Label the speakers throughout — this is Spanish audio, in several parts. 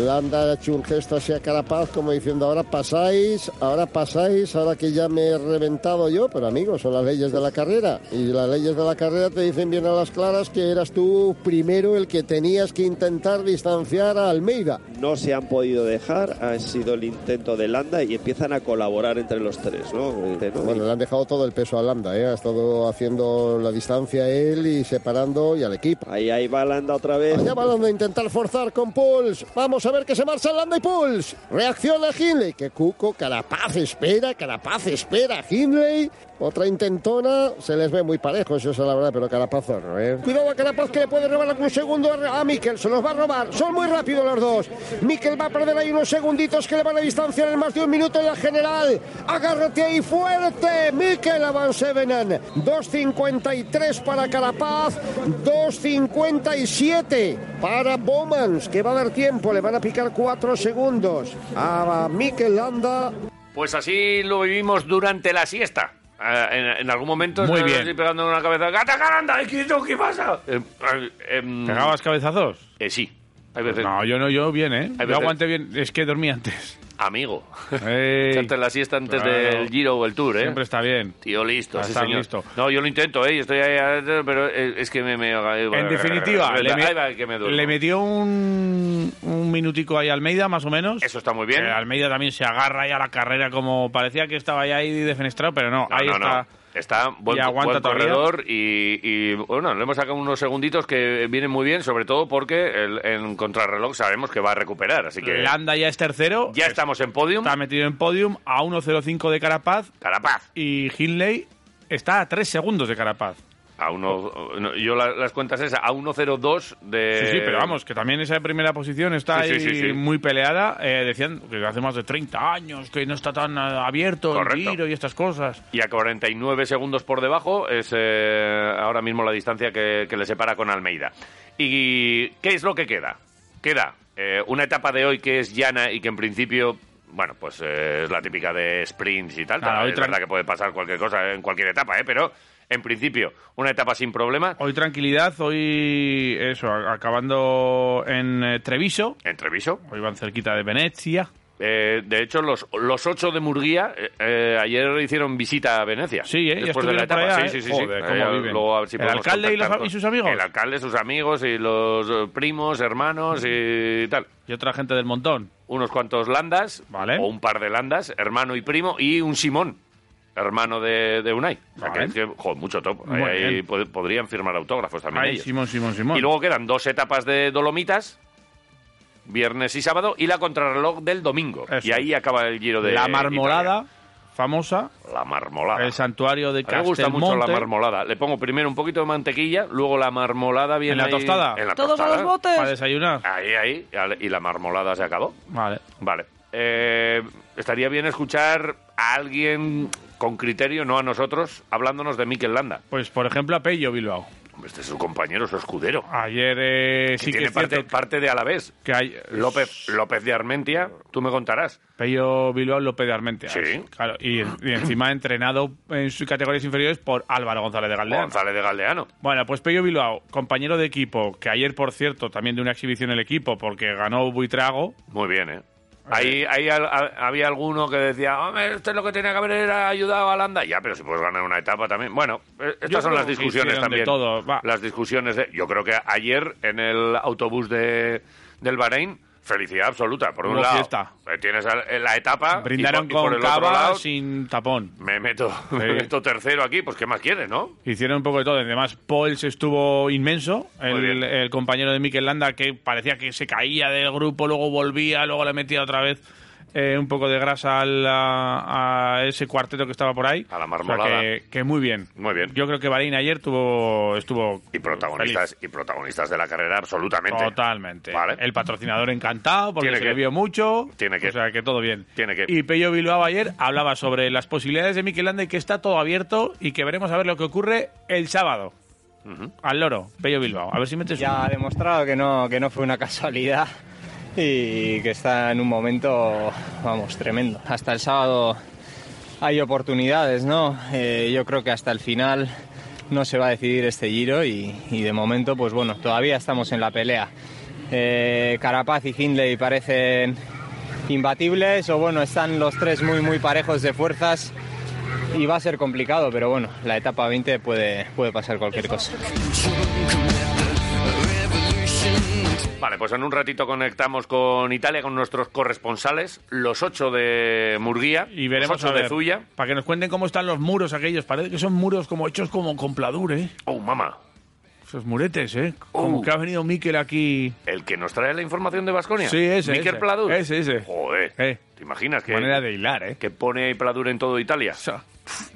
Speaker 1: Landa ha hecho un gesto hacia Carapaz como diciendo ahora pasáis, ahora pasáis, ahora que ya me he reventado yo, pero amigos, son las leyes de la carrera. Y las leyes de la carrera te dicen bien a las claras que eras tú primero el que tenías que intentar distanciar a Almeida.
Speaker 2: No se han podido dejar, ha sido el intento de Landa y empiezan a colaborar entre los tres, ¿no?
Speaker 1: Bueno, le han dejado todo el peso a Landa, ¿eh? ha estado haciendo la distancia él y separando y al equipo.
Speaker 2: Ahí, ahí va Landa otra vez.
Speaker 1: Allá va Landa a intentar forzar con Pulse. Vamos a ver que se marcha Landa y Pulse. Reacciona Hindley. Que Cuco, Carapaz espera, Carapaz espera, Hindley. Otra intentona, se les ve muy parejos, eso es la verdad, pero Carapaz no, ¿eh? Cuidado a Carapaz que le puede robar algún segundo a a Mikel, se los va a robar. Son muy rápidos los dos. Mikel va a perder ahí unos segunditos que le van a distanciar en más de un minuto en la general. Agárrate ahí fuerte, Mikel avance Venan. 2.53 para Carapaz, 2.57 para Bowmans, que va a dar tiempo, le van a picar 4 segundos a Mikel Landa.
Speaker 3: Pues así lo vivimos durante la siesta. Ah, en, en algún momento
Speaker 4: Muy
Speaker 3: estaba
Speaker 4: bien.
Speaker 3: así pegando una cabeza. ¡Gata caranda! ¿Qué, no, ¿Qué pasa? Eh, em,
Speaker 4: ¿Pegabas cabezazos?
Speaker 3: eh, sí. Hay veces.
Speaker 4: No, yo no, yo bien, ¿eh?
Speaker 3: Hay
Speaker 4: Yo
Speaker 3: veces-
Speaker 4: aguanté bien. Es que dormí antes.
Speaker 3: Amigo.
Speaker 4: Ey.
Speaker 3: Echarte la siesta antes
Speaker 4: Claro.
Speaker 3: del Giro o el Tour, ¿eh?
Speaker 4: Siempre está bien.
Speaker 3: Tío listo,
Speaker 4: A
Speaker 3: sí,
Speaker 4: estar
Speaker 3: señor.
Speaker 4: listo.
Speaker 3: No, yo lo intento, ¿eh? Estoy ahí, adentro, pero eh, es que me... me
Speaker 4: En definitiva,
Speaker 3: le
Speaker 4: le, me-
Speaker 3: que me duermo.
Speaker 4: le metió un, un minutico ahí a Almeida, más o menos.
Speaker 3: Eso está muy bien.
Speaker 4: Eh, Almeida también se agarra ahí a la carrera, como parecía que estaba ya ahí defenestrado, pero no,
Speaker 3: No,
Speaker 4: ahí
Speaker 3: no,
Speaker 4: está.
Speaker 3: no. Está buen,
Speaker 4: Y aguanta
Speaker 3: buen
Speaker 4: todavía.
Speaker 3: corredor y, y, bueno, le hemos sacado unos segunditos que vienen muy bien, sobre todo porque el- en contrarreloj sabemos que va a recuperar, así que
Speaker 4: Landa ya es tercero.
Speaker 3: ya estamos en podium.
Speaker 4: Está metido en podium a 1.05 de Carapaz
Speaker 3: Carapaz.
Speaker 4: y Hindley está a 3 segundos de Carapaz.
Speaker 3: A uno, no, yo la- las cuentas es a 1.02 de...
Speaker 4: Sí, sí, pero vamos, que también esa primera posición está
Speaker 3: Eh, Sí, sí,
Speaker 4: ahí
Speaker 3: sí, sí.
Speaker 4: muy peleada. Eh, decían que hace más de 30 años que no está tan eh, abierto el
Speaker 3: Correcto.
Speaker 4: giro y estas cosas.
Speaker 3: Y a 49 segundos por debajo es eh, ahora mismo la distancia que, que le separa con Almeida. ¿Y qué es lo que queda? Queda eh, una etapa de hoy que es llana y que en principio, bueno, pues eh, es la típica de sprints y tal.
Speaker 4: Nada, Ah, hoy
Speaker 3: es
Speaker 4: tran-
Speaker 3: verdad que puede pasar cualquier cosa en cualquier etapa, ¿eh? Pero en principio, una etapa sin problema.
Speaker 4: Hoy tranquilidad, hoy eso, a- acabando en eh, Treviso.
Speaker 3: Entreviso.
Speaker 4: Hoy van cerquita de Venecia.
Speaker 3: Eh, de hecho, los, los ocho de Murguía eh, eh, ayer hicieron visita a Venecia.
Speaker 4: Sí, ¿eh? Ya
Speaker 3: Después de la
Speaker 4: estuvieron
Speaker 3: etapa.
Speaker 4: por allá,
Speaker 3: sí,
Speaker 4: ¿eh?
Speaker 3: sí, sí.
Speaker 4: Joder,
Speaker 3: sí.
Speaker 4: cómo viven.
Speaker 3: luego a ver si
Speaker 4: ¿El
Speaker 3: podemos
Speaker 4: alcalde y los-
Speaker 3: contactar
Speaker 4: y sus amigos?
Speaker 3: El alcalde, sus amigos y los eh, primos, hermanos y tal.
Speaker 4: Y otra gente del montón.
Speaker 3: Unos cuantos landas,
Speaker 4: Vale.
Speaker 3: o un par de landas, hermano y primo, y un Simón, hermano de, de Unai. O sea, que
Speaker 4: Vale.
Speaker 3: es que, joder, mucho top.
Speaker 4: Muy
Speaker 3: Ahí
Speaker 4: bien.
Speaker 3: pod- podrían firmar autógrafos también
Speaker 4: Ay,
Speaker 3: ellos.
Speaker 4: Simón, Simón, Simón.
Speaker 3: Y luego quedan dos etapas de Dolomitas, viernes y sábado, y la contrarreloj del domingo.
Speaker 4: Eso
Speaker 3: Y ahí acaba el giro de
Speaker 4: la marmolada, famosa.
Speaker 3: Italia. La marmolada.
Speaker 4: El santuario de
Speaker 3: A mí me gusta
Speaker 4: Castelmonte.
Speaker 3: mucho la marmolada. Le pongo primero un poquito de mantequilla, luego la marmolada viene
Speaker 4: ¿En la
Speaker 3: ahí-
Speaker 4: tostada?
Speaker 3: en la
Speaker 5: Todos a
Speaker 3: tostada.
Speaker 5: los botes.
Speaker 4: Para desayunar.
Speaker 3: Ahí, ahí. y al- Y la marmolada se acabó.
Speaker 4: Vale.
Speaker 3: Vale. Eh, estaría bien escuchar a alguien con criterio, no a nosotros, hablándonos de Mikel Landa.
Speaker 4: Pues, por ejemplo, a Pello Bilbao.
Speaker 3: Hombre, Este es su compañero, su escudero.
Speaker 4: Ayer eh, sí
Speaker 3: que
Speaker 4: que
Speaker 3: tiene
Speaker 4: es
Speaker 3: parte,
Speaker 4: cierto
Speaker 3: parte de Alavés.
Speaker 4: que hay-
Speaker 3: López, López de Armentia, tú me contarás.
Speaker 4: Pello Bilbao López de Armentia.
Speaker 3: Sí.
Speaker 4: Claro, y, y encima entrenado en sus categorías inferiores por Álvaro González de Galdeano.
Speaker 3: González de Galdeano.
Speaker 4: Bueno, pues Pello Bilbao, compañero de equipo, que ayer, por cierto, también de una exhibición el equipo, porque ganó Buitrago.
Speaker 3: Muy bien, ¿eh? Ahí, ahí al- a- había alguno que decía, hombre, esto es lo que tenía que haber era ayudado a Landa. Ya, pero si puedes ganar una etapa también. Bueno, eh,
Speaker 4: Yo
Speaker 3: estas son
Speaker 4: creo
Speaker 3: las
Speaker 4: que
Speaker 3: discusiones
Speaker 4: hicieron de
Speaker 3: también.
Speaker 4: todo, va.
Speaker 3: Las discusiones de... Yo creo que ayer en el autobús de, del Bahrein Felicidad absoluta. Por un
Speaker 4: Hubo
Speaker 3: lado,
Speaker 4: fiesta.
Speaker 3: eh, tienes a- eh, la etapa. y
Speaker 4: Brindaron
Speaker 3: por- y por
Speaker 4: con
Speaker 3: el otro
Speaker 4: cava
Speaker 3: lado,
Speaker 4: sin tapón.
Speaker 3: Me meto, me meto tercero aquí, pues ¿qué más quieres, no?
Speaker 4: Hicieron un poco de todo. Además, Pauls estuvo inmenso.
Speaker 3: bien.
Speaker 4: El, el compañero de Mikel Landa que parecía que se caía del grupo, luego volvía, luego le metía otra vez eh, un poco de grasa a, la- a ese cuarteto que estaba por ahí.
Speaker 3: A la
Speaker 4: O sea,
Speaker 3: marmolada.
Speaker 4: que, que muy bien.
Speaker 3: Muy bien.
Speaker 4: Yo creo que Bahrein ayer tuvo, estuvo.
Speaker 3: Y protagonistas,
Speaker 4: feliz.
Speaker 3: y protagonistas de la carrera, absolutamente.
Speaker 4: Totalmente.
Speaker 3: Vale.
Speaker 4: El patrocinador encantado porque
Speaker 3: Tiene
Speaker 4: se
Speaker 3: que.
Speaker 4: le vio mucho.
Speaker 3: Tiene que.
Speaker 4: O sea, que todo bien.
Speaker 3: Tiene que.
Speaker 4: Y Pello Bilbao ayer hablaba sobre las posibilidades de Mikel Landa y que está todo abierto y que veremos a ver lo que ocurre el sábado. Al loro, Pello Bilbao. A ver si metes
Speaker 5: Ya ha demostrado que no, que no fue una casualidad y que está en un momento, vamos, tremendo. Hasta el sábado hay oportunidades, ¿no? Eh, yo creo que hasta el final no se va a decidir este giro y, y de momento, pues bueno, todavía estamos en la pelea. Eh, Carapaz y Hindley parecen imbatibles o bueno, están los tres muy, muy parejos de fuerzas. Y va a ser complicado, pero bueno, la etapa 20 puede, puede pasar cualquier cosa.
Speaker 3: Vale, pues en un ratito conectamos con Italia, con nuestros corresponsales, los ocho de Murguía,
Speaker 4: y veremos
Speaker 3: los
Speaker 4: a
Speaker 3: ocho
Speaker 4: ver.
Speaker 3: de Zuya.
Speaker 4: Para que nos cuenten cómo están los muros aquellos. Parece que son muros como hechos como con pladur, ¿eh?
Speaker 3: Oh, mamá,
Speaker 4: Esos muretes, ¿eh? Como
Speaker 3: Uh.
Speaker 4: que ha venido Mikel aquí.
Speaker 3: el que nos trae la información de Basconia.
Speaker 4: Sí, ese,
Speaker 3: Miquel
Speaker 4: ese.
Speaker 3: Pladur.
Speaker 4: Ese, ese.
Speaker 3: Joder,
Speaker 4: Eh.
Speaker 3: ¿te imaginas que,
Speaker 4: Manera de hilar, ¿eh?
Speaker 3: que pone ahí Pladur en todo Italia?
Speaker 4: O sea, pff,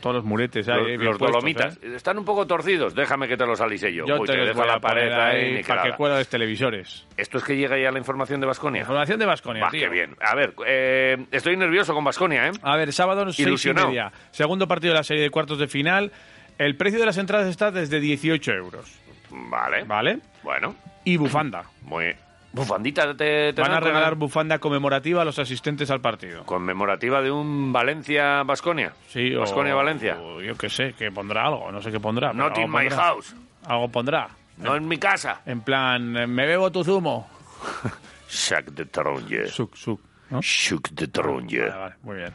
Speaker 4: todos los muretes ahí,
Speaker 3: Los,
Speaker 4: bien
Speaker 3: los
Speaker 4: puestos,
Speaker 3: dolomitas
Speaker 4: ¿eh?
Speaker 3: están un poco torcidos. Déjame que te los alise yo.
Speaker 4: Yo
Speaker 3: Uy,
Speaker 4: te los
Speaker 3: dejo
Speaker 4: voy
Speaker 3: la
Speaker 4: a poner
Speaker 3: pared ahí,
Speaker 4: ahí
Speaker 3: ni que
Speaker 4: para que
Speaker 3: nada.
Speaker 4: cuelgues televisores.
Speaker 3: Esto es que llega ya la información de Basconia.
Speaker 4: Información de Vasconia,
Speaker 3: Va, qué bien. A ver, eh, estoy nervioso con Basconia, ¿eh?
Speaker 4: A ver, sábado seis y
Speaker 3: Ilusionado.
Speaker 4: media. Segundo partido de la serie de cuartos de final. El precio de las entradas está desde 18 euros,
Speaker 3: Vale.
Speaker 4: ¿vale?
Speaker 3: Bueno,
Speaker 4: Y bufanda.
Speaker 3: muy. Bufandita te, te
Speaker 4: Van a
Speaker 3: dan con
Speaker 4: regalar
Speaker 3: el-
Speaker 4: bufanda conmemorativa a los asistentes al partido.
Speaker 3: conmemorativa de un Valencia Basconia.
Speaker 4: Sí, o-
Speaker 3: Basconia Valencia.
Speaker 4: o yo qué sé, que pondrá algo, no sé qué pondrá. pero
Speaker 3: Not
Speaker 4: algo
Speaker 3: in my
Speaker 4: pondrá.
Speaker 3: house.
Speaker 4: Algo pondrá.
Speaker 3: No en mi casa.
Speaker 4: En plan, eh, me bebo tu zumo.
Speaker 3: Sac de Tronje.
Speaker 4: Suc, suc. ¿no?
Speaker 3: Shook de Tronje.
Speaker 4: Vale, vale, muy bien.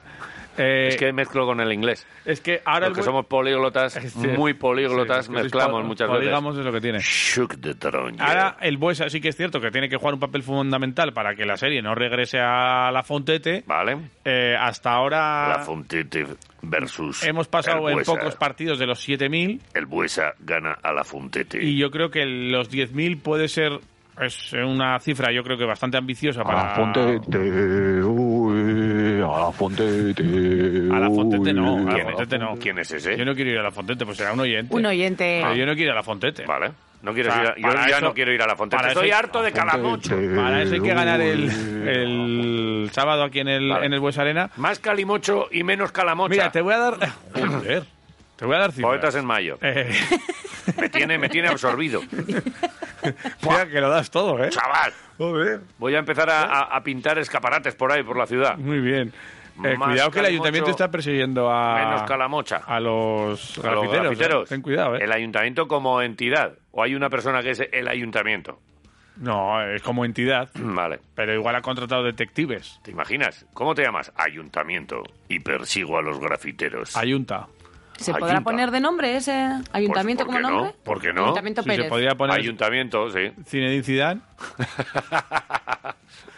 Speaker 4: Eh,
Speaker 3: Es que mezclo con el inglés.
Speaker 4: es que
Speaker 3: Los
Speaker 4: ahora el
Speaker 3: que
Speaker 4: bu-
Speaker 3: somos políglotas,
Speaker 4: Este-
Speaker 3: muy políglotas,
Speaker 4: Sí, es que
Speaker 3: mezclamos
Speaker 4: sois
Speaker 3: muchas
Speaker 4: po-
Speaker 3: veces.
Speaker 4: Digamos es lo que tiene.
Speaker 3: Shook de Tronje.
Speaker 4: Ahora el Buesa sí que es cierto que tiene que jugar un papel fundamental para que la serie no regrese a la Fontete.
Speaker 3: Vale.
Speaker 4: Eh, hasta
Speaker 3: La
Speaker 4: ahora
Speaker 3: Fontete versus.
Speaker 4: hemos
Speaker 3: el eh.
Speaker 4: pasado en
Speaker 3: Buesa.
Speaker 4: pocos partidos de los 7.000
Speaker 3: El Buesa gana a la Fontete.
Speaker 4: y yo creo que los 10.000 puede ser es una cifra yo creo que bastante ambiciosa para
Speaker 6: Afontete, uy, afontete,
Speaker 4: A la Fontete no, a la
Speaker 3: ¿Quién,
Speaker 4: Fontete
Speaker 3: es?
Speaker 4: este? no.
Speaker 3: ¿Quién es ese?
Speaker 4: Yo no quiero ir a la Fontete, pues será un oyente.
Speaker 7: Un oyente.
Speaker 4: Pero yo no quiero ir a la Fontete.
Speaker 3: Vale. No quieres
Speaker 4: O sea,
Speaker 3: ir a- yo
Speaker 4: para
Speaker 3: ya
Speaker 4: eso-
Speaker 3: no quiero ir a la Fontete.
Speaker 4: para eso-
Speaker 3: Estoy harto de Calamucho.
Speaker 4: Para eso hay que ganar el, el sábado aquí en el,
Speaker 3: Vale.
Speaker 4: en el Buesa Arena.
Speaker 3: Más calimocho y menos calamocha.
Speaker 4: Mira, te voy a dar... Joder, te voy a dar cifras.
Speaker 3: Poetas en mayo.
Speaker 4: Eh,
Speaker 3: Me tiene, me tiene absorbido.
Speaker 4: mira que lo das todo, ¿eh?
Speaker 3: Chaval,
Speaker 4: Joder.
Speaker 3: voy a empezar a, a- a pintar escaparates por ahí, por la ciudad.
Speaker 4: Muy bien. Eh,
Speaker 3: Más
Speaker 4: cuidado que el
Speaker 3: calimocho,
Speaker 4: ayuntamiento está persiguiendo a...
Speaker 3: Menos calamocha.
Speaker 4: A los
Speaker 3: A los
Speaker 4: grafiteros. ¿eh?
Speaker 3: grafiteros.
Speaker 4: Ten cuidado, ¿eh?
Speaker 3: El ayuntamiento como entidad. O hay una persona que es el ayuntamiento.
Speaker 4: No, es como entidad,
Speaker 3: Vale.
Speaker 4: pero igual ha contratado detectives.
Speaker 3: ¿Te imaginas? ¿Cómo te llamas? Ayuntamiento. Y persigo a los grafiteros.
Speaker 4: Ayunta.
Speaker 7: ¿Se
Speaker 3: Ayunta. Pues,
Speaker 7: podrá poner de nombre ese ayuntamiento
Speaker 3: ¿por qué
Speaker 7: como
Speaker 3: no?
Speaker 7: nombre?
Speaker 3: ¿Por qué no?
Speaker 7: Ayuntamiento
Speaker 4: Si
Speaker 7: Pérez.
Speaker 4: se podría poner
Speaker 3: Ayuntamiento, sí.
Speaker 4: Zinedine Zidane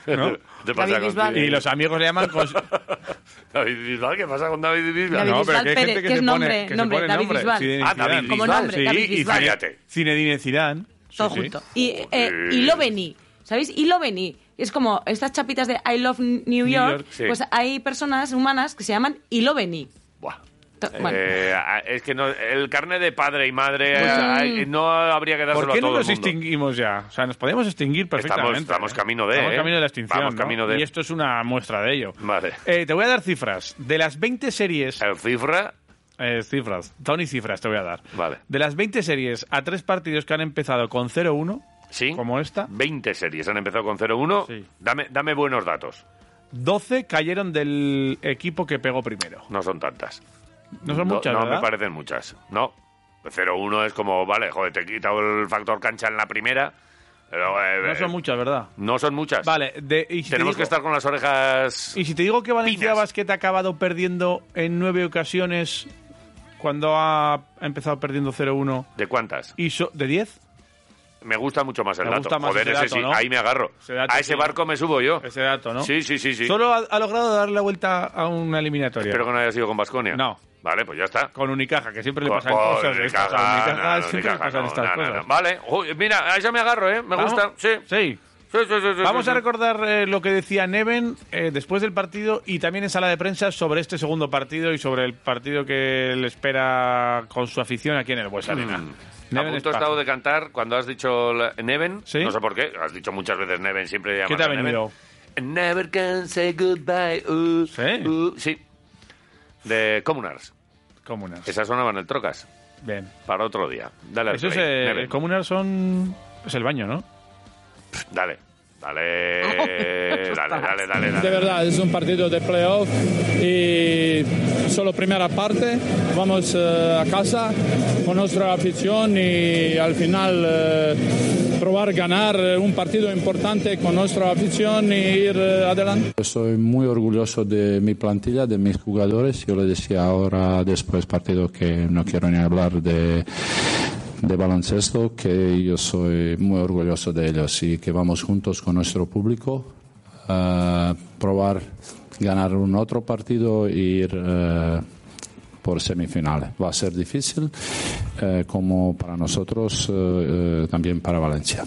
Speaker 4: ¿No?
Speaker 3: ¿Te pasa
Speaker 7: David
Speaker 3: con
Speaker 7: Bisbal.
Speaker 3: David-
Speaker 4: y los amigos le llaman... cons-
Speaker 3: David Bisbal? ¿Qué pasa con David Bisbal?
Speaker 7: David
Speaker 4: no, pero
Speaker 7: Bisbal
Speaker 4: que hay
Speaker 7: Pérez,
Speaker 4: gente que,
Speaker 7: que es
Speaker 4: se
Speaker 7: nombre,
Speaker 4: pone, que se
Speaker 7: nombre,
Speaker 4: pone
Speaker 7: David
Speaker 4: nombre.
Speaker 7: Bisbal.
Speaker 4: Zinedine
Speaker 3: Ah, David
Speaker 4: Zidane.
Speaker 3: Como
Speaker 7: Bisbal. nombre,
Speaker 4: Sí,
Speaker 7: David
Speaker 4: y Zine-
Speaker 7: Bisbal.
Speaker 3: Cállate.
Speaker 4: Zinedine Zidane.
Speaker 7: Todo
Speaker 4: Sí, sí.
Speaker 7: junto. Y, eh, y lo vení. ¿Sabéis? Y lo vení. Es como estas chapitas de I love New York.
Speaker 4: York,
Speaker 3: sí.
Speaker 7: Pues hay personas humanas que se llaman y lo vení.
Speaker 3: Buah.
Speaker 7: To- bueno.
Speaker 3: Eh, a- es que no, el carnet de padre y madre
Speaker 4: Pues,
Speaker 3: eh, hay- no habría que dárselo
Speaker 4: ¿Por qué
Speaker 3: a todo
Speaker 4: no nos
Speaker 3: el mundo.
Speaker 4: extinguimos ya? O sea, nos podemos extinguir perfectamente.
Speaker 3: estamos
Speaker 4: ¿eh?
Speaker 3: camino de,
Speaker 4: Estamos
Speaker 3: ¿eh?
Speaker 4: camino de la extinción.
Speaker 3: Vamos
Speaker 4: ¿no?
Speaker 3: camino de.
Speaker 4: Y esto es una muestra de ello.
Speaker 3: Vale.
Speaker 4: Eh, te voy a dar cifras. De las 20 series.
Speaker 3: El cifra,
Speaker 4: eh, cifras. Tony, cifras te voy a dar.
Speaker 3: Vale.
Speaker 4: De las 20 series a tres partidos que han empezado con 0-1,
Speaker 3: sí.
Speaker 4: como esta,
Speaker 3: 20 series han empezado con 0-1.
Speaker 4: Sí.
Speaker 3: Dame, dame buenos datos.
Speaker 4: 12 cayeron del equipo que pegó primero.
Speaker 3: No son tantas.
Speaker 4: No son muchas,
Speaker 3: No,
Speaker 4: ¿verdad?
Speaker 3: me parecen muchas. No. 0-1 es como, vale, joder, te he quitado el factor cancha en la primera. pero, eh,
Speaker 4: No son muchas, ¿verdad?
Speaker 3: no son muchas.
Speaker 4: Vale. de- y si te
Speaker 3: Tenemos
Speaker 4: digo-
Speaker 3: que estar con las orejas.
Speaker 4: Y si te digo que Valencia
Speaker 3: Pinas.
Speaker 4: Basket ha acabado perdiendo en nueve ocasiones cuando ha empezado perdiendo 0-1
Speaker 3: ¿De cuántas?
Speaker 4: y so- de 10
Speaker 3: Me gusta mucho más el
Speaker 4: Me
Speaker 3: dato.
Speaker 4: gusta más
Speaker 3: Joder,
Speaker 4: ese
Speaker 3: ese
Speaker 4: dato,
Speaker 3: sí,
Speaker 4: ¿no?
Speaker 3: ahí me agarro.
Speaker 4: Ese dato,
Speaker 3: a ese
Speaker 4: sí.
Speaker 3: barco me subo yo.
Speaker 4: Ese dato, ¿no?
Speaker 3: Sí, sí, sí, sí.
Speaker 4: Solo ha, ha logrado dar la vuelta a una eliminatoria.
Speaker 3: Espero que no haya sido con Basconia.
Speaker 4: No.
Speaker 3: Vale, pues ya está.
Speaker 4: Con Unicaja, que siempre le
Speaker 3: Co-
Speaker 4: pasan
Speaker 3: oh,
Speaker 4: cosas de estas.
Speaker 3: Unicaja,
Speaker 4: A Unicaja
Speaker 3: no,
Speaker 4: siempre le
Speaker 3: Unicaja,
Speaker 4: pasan
Speaker 3: no,
Speaker 4: estas
Speaker 3: no, no,
Speaker 4: cosas.
Speaker 3: no. Vale. Uy, mira, a ese me agarro, ¿eh? Me
Speaker 4: ¿Vamos?
Speaker 3: gusta. Sí. Sí,
Speaker 4: Sí.
Speaker 3: sí, sí, sí, sí,
Speaker 4: Vamos
Speaker 3: sí.
Speaker 4: a recordar eh, lo que decía Neven eh, después del partido y también en sala de prensa sobre este segundo partido y sobre el partido que le espera con su afición aquí en el Bues Arena.
Speaker 3: Mm. A
Speaker 4: Mm. Neven
Speaker 3: punto he
Speaker 4: Espaja.
Speaker 3: estado de cantar cuando has dicho la- Neven.
Speaker 4: Sí.
Speaker 3: No sé por qué. Has dicho muchas veces Neven, siempre llamas
Speaker 4: ¿Qué te ha
Speaker 3: a Neven.
Speaker 4: venido?
Speaker 3: Never can say goodbye. uh,
Speaker 4: Sí.
Speaker 3: uh, sí. De Comunars.
Speaker 4: Comunas.
Speaker 3: Esas sonaban el Trocas.
Speaker 4: Bien.
Speaker 3: Para otro día. Dale al
Speaker 4: Eso es,
Speaker 3: play.
Speaker 4: eh,
Speaker 3: Neven.
Speaker 4: comunas son... Es el baño, ¿no?
Speaker 3: Dale. Dale. Dale, dale, dale.
Speaker 8: De
Speaker 3: dale.
Speaker 8: verdad, es un partido de playoff y solo primera parte. Vamos eh, a casa con nuestra afición y al final eh, probar ganar eh, un partido importante con nuestra afición y ir eh, adelante.
Speaker 9: Soy muy orgulloso de mi plantilla, de mis jugadores. Yo les decía ahora, después partido, que no quiero ni hablar de, de baloncesto, que yo soy muy orgulloso de ellos y que vamos juntos con nuestro público a probar ganar un otro partido e ir eh, por semifinales. Va a ser difícil, eh, como para nosotros, eh, eh, también para Valencia.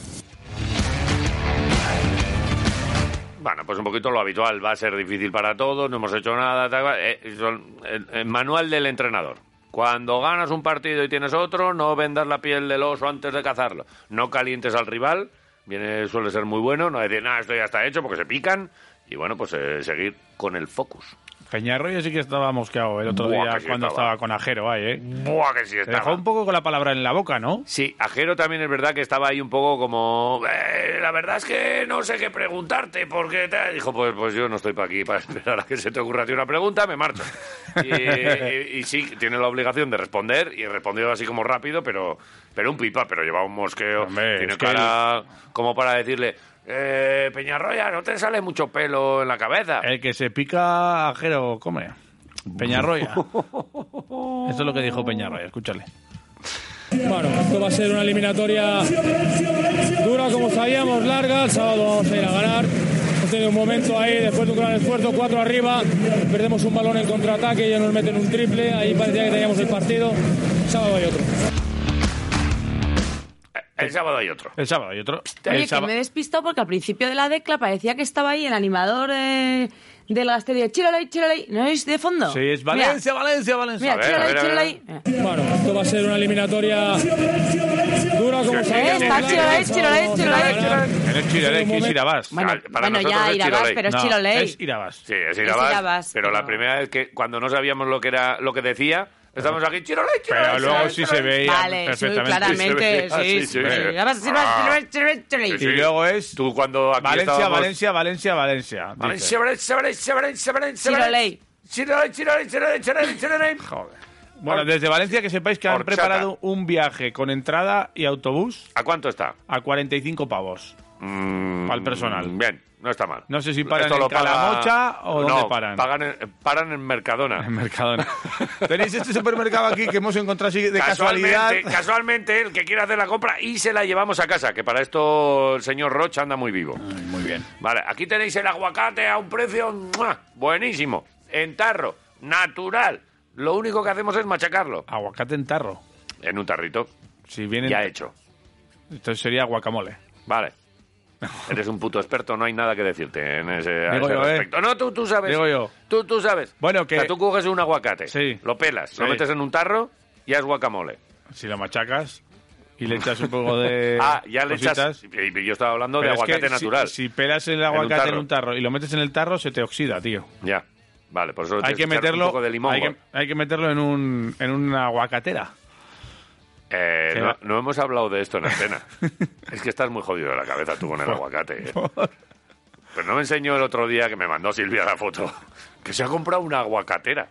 Speaker 3: Bueno, pues un poquito lo habitual. Va a ser difícil para todos, no hemos hecho nada. tal, cual. Eh, son- el, el manual del entrenador. Cuando ganas un partido y tienes otro, no vendas la piel del oso antes de cazarlo. No calientes al rival. Viene, suele ser muy bueno. No decir, nada, esto ya está hecho porque se pican. Y bueno, pues eh, seguir con el focus.
Speaker 4: Peñarroya sí que estaba mosqueado el otro
Speaker 3: Buah,
Speaker 4: día
Speaker 3: que sí
Speaker 4: cuando
Speaker 3: estaba.
Speaker 4: estaba con Ajero ahí, ¿eh?
Speaker 3: Buah, que sí
Speaker 4: Se
Speaker 3: estaba.
Speaker 4: dejó un poco con la palabra en la boca, ¿no?
Speaker 3: Sí, Ajero también es verdad que estaba ahí un poco como... "Eh, la verdad es que no sé qué preguntarte, porque... te-". Dijo, pues, pues yo no estoy para aquí para esperar a que se te ocurra a ti una pregunta, me marcho. Y, y- y sí, tiene la obligación de responder, y respondió así como rápido, pero, pero un pipa, pero llevaba un mosqueo.
Speaker 4: Hombre,
Speaker 3: tiene
Speaker 4: es que
Speaker 3: cara como para decirle... Eh, Peñarroya, no te sale mucho pelo en la cabeza.
Speaker 4: El que se pica ajero come. Peñarroya. Eso es lo que dijo Peñarroya, escúchale.
Speaker 8: Bueno, esto va a ser una eliminatoria dura como sabíamos, larga. El sábado vamos a ir a ganar. Hemos tenido un momento ahí, después de un gran esfuerzo, cuatro arriba, perdemos un balón en contraataque, ellos nos meten un triple, ahí parecía que teníamos el partido. Sábado hay otro.
Speaker 3: El sábado hay otro.
Speaker 4: El sábado y otro.
Speaker 7: Oye,
Speaker 4: el
Speaker 7: que
Speaker 4: sábado.
Speaker 7: me he despistado porque al principio de la decla parecía que estaba ahí el animador eh, del Gasterio. Chirolay, chirolay. ¿No es de fondo?
Speaker 4: Sí, es
Speaker 7: Mira,
Speaker 4: Valencia, Valencia, Valencia.
Speaker 7: Mira,
Speaker 3: A ver, a ver, a
Speaker 7: chirolay,
Speaker 3: ver.
Speaker 7: chirolay. Eh,
Speaker 8: Bueno, esto va a ser una eliminatoria dura como sabíamos.
Speaker 7: ¿eh? está
Speaker 8: larga.
Speaker 7: Chirolay,
Speaker 8: El sábado vamos
Speaker 7: Chirolay,
Speaker 8: a ir a
Speaker 7: Chirolay,
Speaker 8: ganar.
Speaker 4: Que no es Chirolé, que es Irabás.
Speaker 7: Bueno,
Speaker 3: Ah, para
Speaker 7: bueno
Speaker 3: nosotros
Speaker 7: ya
Speaker 3: es
Speaker 7: Irabás,
Speaker 3: Chiroley.
Speaker 7: pero es
Speaker 4: No,
Speaker 7: Chiroley.
Speaker 4: es Irabás.
Speaker 3: Sí, es
Speaker 7: Es
Speaker 3: Irabás.
Speaker 7: Irabás,
Speaker 3: Pero la
Speaker 7: pero-
Speaker 3: primera vez que cuando no sabíamos lo que era lo que decía, estamos aquí chirolé, chirolé.
Speaker 4: Pero luego
Speaker 3: chirolé,
Speaker 4: sí
Speaker 3: chirolé".
Speaker 4: se veía
Speaker 7: Vale, sí,
Speaker 4: perfectamente.
Speaker 7: claramente.
Speaker 3: Ah, sí,
Speaker 7: Sí, sí,
Speaker 3: sí.
Speaker 7: sí. Irabás, Irabás, Irabás, Chiroley.
Speaker 4: Y luego es
Speaker 3: Tú cuando aquí
Speaker 4: Valencia,
Speaker 3: estábamos-
Speaker 4: Valencia, Valencia, Valencia. dice.
Speaker 3: Valencia, Valencia, Valencia, Valencia, Valencia,
Speaker 7: Chiroley.
Speaker 3: Chiroley, chiroley, chiroley, chiroley, chiroley.
Speaker 4: Bueno, desde Valencia que sepáis que han
Speaker 3: Horchata.
Speaker 4: preparado un viaje con entrada y autobús
Speaker 3: ¿A cuánto está?
Speaker 4: a 45 pavos.
Speaker 3: Mm,
Speaker 4: Al personal.
Speaker 3: Bien, no está mal.
Speaker 4: No sé si paran
Speaker 3: Esto
Speaker 4: en
Speaker 3: lo paga-
Speaker 4: Calamocha o
Speaker 3: no,
Speaker 4: dónde paran.
Speaker 3: pagan en- paran en Mercadona.
Speaker 4: En Mercadona. Tenéis este supermercado aquí que hemos encontrado así de casualidad.
Speaker 3: Casualmente, casualmente, el que quiera hacer la compra y se la llevamos a casa, que para esto el señor Rocha anda muy vivo. muy bien. Vale, aquí tenéis el aguacate a un precio ¡mua! buenísimo, en tarro, natural. Lo único que hacemos es machacarlo
Speaker 4: Aguacate en tarro.
Speaker 3: en un tarrito,
Speaker 4: Si vienen,
Speaker 3: ya eh. hecho.
Speaker 4: entonces sería guacamole.
Speaker 3: Vale. Eres un puto experto, no hay nada que decirte en ese, a
Speaker 4: Digo
Speaker 3: ese
Speaker 4: yo, ¿eh?
Speaker 3: respecto. No, tú, tú sabes.
Speaker 4: Digo yo.
Speaker 3: Tú, tú sabes.
Speaker 4: Bueno, que-
Speaker 3: O sea, tú coges un aguacate,
Speaker 4: Sí.
Speaker 3: lo pelas, lo
Speaker 4: Sí.
Speaker 3: metes en un tarro y haz guacamole.
Speaker 4: Si lo machacas y le echas un poco de.
Speaker 3: ah, ya le
Speaker 4: cositas.
Speaker 3: echas... y- y Yo estaba hablando de
Speaker 4: Pero es que
Speaker 3: aguacate
Speaker 4: si-
Speaker 3: natural.
Speaker 4: Si, pelas el aguacate en un,
Speaker 3: tarro.
Speaker 4: tarro y lo metes en el tarro, se te oxida, tío.
Speaker 3: Ya. Vale, por eso
Speaker 4: Hay
Speaker 3: tienes
Speaker 4: que
Speaker 3: echar
Speaker 4: meterlo.
Speaker 3: un poco de limón.
Speaker 4: hay, que,
Speaker 3: Gor.
Speaker 4: hay que meterlo en, un, en una aguacatera.
Speaker 3: Eh,
Speaker 4: que
Speaker 3: no,
Speaker 4: va-
Speaker 3: no hemos hablado de esto en la escena. es que estás muy jodido de la cabeza tú con el aguacate. eh. Pero no me enseñó el otro día que me mandó Silvia la foto que se ha comprado una aguacatera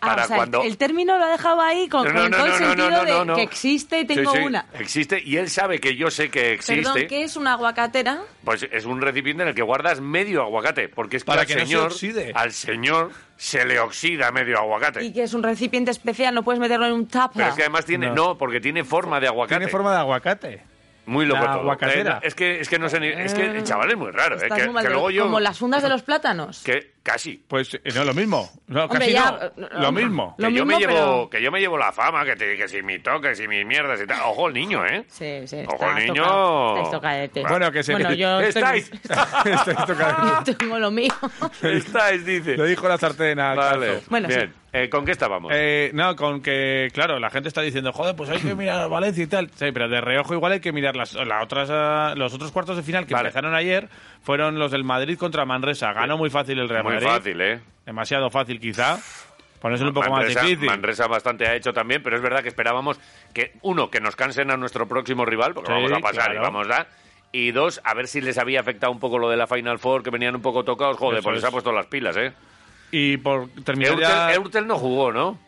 Speaker 7: Ah,
Speaker 3: para
Speaker 7: o sea,
Speaker 3: cuando
Speaker 7: El término lo ha dejado ahí con, con todo el sentido de que existe y
Speaker 3: Sí,
Speaker 7: tengo
Speaker 3: sí,
Speaker 7: una.
Speaker 3: Existe y él sabe que yo sé que existe.
Speaker 7: Perdón, ¿qué es una aguacatera?
Speaker 3: Pues es un recipiente en el que guardas medio aguacate, porque es
Speaker 4: Para
Speaker 3: al
Speaker 4: que no se
Speaker 3: señor,
Speaker 4: oxide.
Speaker 3: al señor se le oxida medio aguacate.
Speaker 7: Y que es un recipiente especial, no puedes meterlo en un tapa.
Speaker 3: Pero es que además tiene, no, porque tiene forma de aguacate.
Speaker 4: Tiene forma de aguacate.
Speaker 3: Muy loco
Speaker 4: La
Speaker 3: todo.
Speaker 4: guacatera.
Speaker 3: Eh, es que es que no sé ni- es que el chaval es muy raro, eh,
Speaker 7: Estás
Speaker 3: que,
Speaker 7: muy mal
Speaker 3: que
Speaker 7: de-
Speaker 3: luego yo
Speaker 7: Como las fundas de los plátanos.
Speaker 3: que casi
Speaker 4: Pues eh, no, lo mismo. No,
Speaker 7: Hombre,
Speaker 4: casi
Speaker 7: ya,
Speaker 4: no.
Speaker 7: eh,
Speaker 4: Lo mismo.
Speaker 3: que
Speaker 7: Lo
Speaker 3: yo me
Speaker 7: mismo,
Speaker 3: llevo
Speaker 7: pero-
Speaker 3: que yo me llevo la fama que te, que si mi toque si mis mierdas y tal ojo el niño eh
Speaker 7: Sí, sí.
Speaker 3: ojo
Speaker 7: estás
Speaker 3: el niño
Speaker 7: tocado, estás tocadete.
Speaker 4: Bueno, que se-
Speaker 7: Bueno, yo
Speaker 3: estáis
Speaker 4: Estoy tocando.
Speaker 7: Yo tengo lo mío.
Speaker 3: estáis dice
Speaker 4: Este, Lo dijo la sartén al
Speaker 3: vale
Speaker 4: calzo.
Speaker 7: Bueno,
Speaker 3: bien Eh, con qué estábamos
Speaker 4: Eh, no, con que, claro, la gente está diciendo, joder, pues hay que mirar a Valencia y tal. Sí, pero de reojo igual hay que mirar las, las otras, ah, los otros cuartos de final que
Speaker 3: Vale.
Speaker 4: empezaron ayer. Fueron los del Madrid contra Manresa. Ganó muy fácil el Real
Speaker 3: muy
Speaker 4: Madrid.
Speaker 3: fácil eh
Speaker 4: Demasiado fácil, quizá. Ponérselo un poco
Speaker 3: Manresa,
Speaker 4: más difícil.
Speaker 3: Manresa bastante ha hecho también, pero es verdad que esperábamos que, uno, que nos cansen a nuestro próximo rival, porque
Speaker 4: Sí,
Speaker 3: vamos a pasar y
Speaker 4: claro.
Speaker 3: vamos a... Y dos, a ver si les había afectado un poco lo de la Final Four, que venían un poco tocados. Joder,
Speaker 4: Eso
Speaker 3: pues les
Speaker 4: es.
Speaker 3: ha puesto las pilas, ¿eh?
Speaker 4: Y por terminar
Speaker 3: Eurtel,
Speaker 4: ya...
Speaker 3: Eurtel no jugó, ¿no?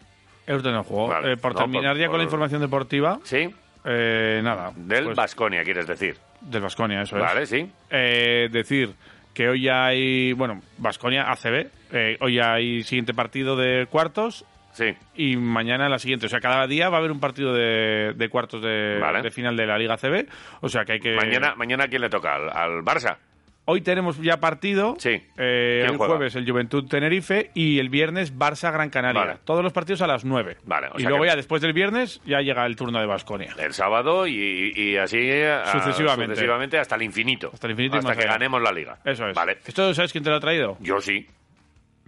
Speaker 4: Eurtel no jugó.
Speaker 3: Vale,
Speaker 4: Eh, por
Speaker 3: no,
Speaker 4: terminar
Speaker 3: por-
Speaker 4: ya con
Speaker 3: por-
Speaker 4: la información deportiva,
Speaker 3: Sí,
Speaker 4: eh, nada.
Speaker 3: del
Speaker 4: pues,
Speaker 3: Vasconia, quieres decir.
Speaker 4: Del Vasconia, eso es.
Speaker 3: Vale, sí.
Speaker 4: Eh, decir que hoy hay, bueno, Vasconia ACB, eh, hoy hay siguiente partido de cuartos
Speaker 3: Sí,
Speaker 4: y mañana la siguiente. O sea, cada día va a haber un partido de, de cuartos de,
Speaker 3: Vale.
Speaker 4: de final de la Liga ACB. O sea, que hay que...
Speaker 3: mañana, mañana ¿quién le toca? ¿Al, al Barça?
Speaker 4: Hoy tenemos ya partido.
Speaker 3: Sí.
Speaker 4: Eh,
Speaker 3: ¿Quién
Speaker 4: el
Speaker 3: juega?
Speaker 4: jueves el Juventud Tenerife y el viernes Barça Gran Canaria.
Speaker 3: Vale.
Speaker 4: Todos los partidos a las 9.
Speaker 3: Vale, o
Speaker 4: y
Speaker 3: sea
Speaker 4: luego
Speaker 3: que-
Speaker 4: ya después del viernes ya llega el turno de Vasconia.
Speaker 3: El sábado y, y así... a-
Speaker 4: Sucesivamente.
Speaker 3: sucesivamente hasta el infinito.
Speaker 4: Hasta el infinito y
Speaker 3: Hasta
Speaker 4: más
Speaker 3: que
Speaker 4: allá.
Speaker 3: ganemos la Liga.
Speaker 4: Eso es.
Speaker 3: Vale.
Speaker 4: ¿Esto sabes quién te lo ha traído?
Speaker 3: Yo sí.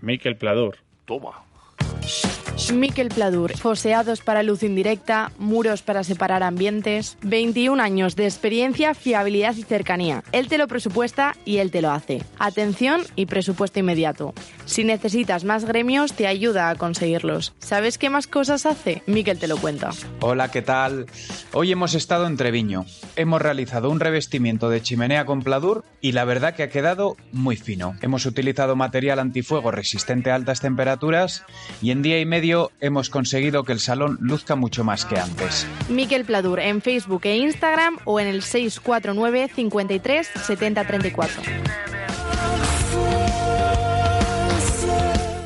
Speaker 4: Mikel Pladur.
Speaker 3: Toma.
Speaker 10: Miquel Pladur, foseados para luz indirecta, muros para separar ambientes, 21 años de experiencia, fiabilidad y cercanía. Él te lo presupuesta y él te lo hace. Atención y presupuesto inmediato. Si necesitas más gremios, te ayuda a conseguirlos. ¿Sabes qué más cosas hace? Miquel te lo cuenta.
Speaker 11: Hola, ¿qué tal? Hoy hemos estado en Treviño. Hemos realizado un revestimiento de chimenea con pladur y la verdad que ha quedado muy fino. Hemos utilizado material antifuego resistente a altas temperaturas y en día y medio hemos conseguido que el salón luzca mucho más que antes.
Speaker 10: Miquel Pladur en Facebook e Instagram o en el 649 53 70 34.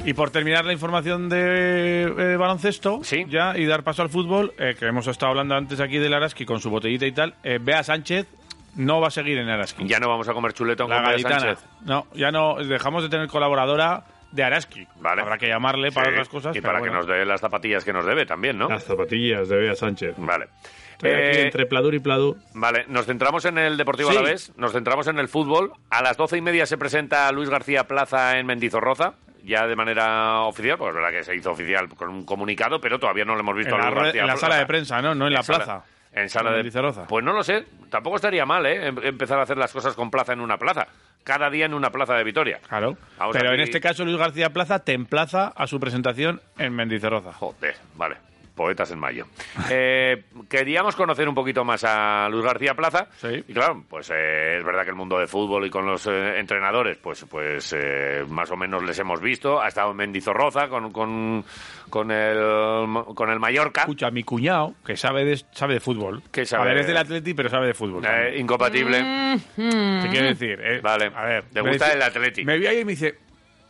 Speaker 4: Y por terminar la información de eh, baloncesto
Speaker 3: Sí.
Speaker 4: ya y dar paso al fútbol, eh, que hemos estado hablando antes aquí del Araski con su botellita y tal, eh, Bea Sánchez no va a seguir en Araski.
Speaker 3: Ya no vamos a comer chuletón
Speaker 4: la
Speaker 3: con Bea
Speaker 4: gaditana.
Speaker 3: Sánchez.
Speaker 4: No, ya no, dejamos de tener colaboradora de Araski.
Speaker 3: Vale.
Speaker 4: Habrá que llamarle para
Speaker 3: Sí,
Speaker 4: otras cosas.
Speaker 3: Y
Speaker 4: pero
Speaker 3: para que nos
Speaker 4: bueno.
Speaker 3: dé las zapatillas que nos debe también, ¿no?
Speaker 12: Las zapatillas de Bea Sánchez.
Speaker 3: Vale.
Speaker 12: Estoy aquí
Speaker 3: Eh,
Speaker 12: entre Pladur y Pladur.
Speaker 3: Vale, nos centramos en el Deportivo
Speaker 12: Sí.
Speaker 3: a la vez, nos centramos en el fútbol. A las doce y media se presenta Luis García Plaza en Mendizorroza, ya de manera oficial, pues es verdad que se hizo oficial con un comunicado, pero todavía no lo hemos visto
Speaker 4: en
Speaker 3: a
Speaker 4: la,
Speaker 3: Luis
Speaker 4: red-
Speaker 3: García
Speaker 4: en la
Speaker 3: Plaza.
Speaker 4: sala de prensa, ¿no? No en, la
Speaker 3: sala-
Speaker 4: plaza.
Speaker 3: pues, ah, En sala
Speaker 4: En
Speaker 3: de
Speaker 4: Mendizorroza.
Speaker 3: Pues no lo sé, tampoco estaría mal, ¿eh? Em- Empezar a hacer las cosas con plaza en una plaza, cada día en una plaza de Vitoria.
Speaker 4: Claro.
Speaker 3: Vamos
Speaker 4: Pero en
Speaker 3: aquí-
Speaker 4: este caso Luis García Plaza te emplaza a su presentación en Mendizorroza.
Speaker 3: Joder, vale. Poetas en mayo. Eh, queríamos conocer un poquito más a Luis García Plaza.
Speaker 4: Sí.
Speaker 3: Y claro, pues eh, es verdad que el mundo de fútbol y con los eh, entrenadores, pues, pues eh, más o menos les hemos visto. Ha estado en Mendizorroza con, con, con el, con el Mallorca.
Speaker 4: Escucha, mi cuñado, que sabe de, sabe de fútbol.
Speaker 3: Que sabe-
Speaker 4: A ver, es del Atleti, pero sabe de fútbol.
Speaker 3: Eh,
Speaker 4: también.
Speaker 3: incompatible.
Speaker 4: Te quiero decir, eh,
Speaker 3: Vale.
Speaker 4: a ver.
Speaker 3: Le
Speaker 4: me
Speaker 3: gusta
Speaker 4: dice-
Speaker 3: el Atleti.
Speaker 4: Me vi ahí y me dice,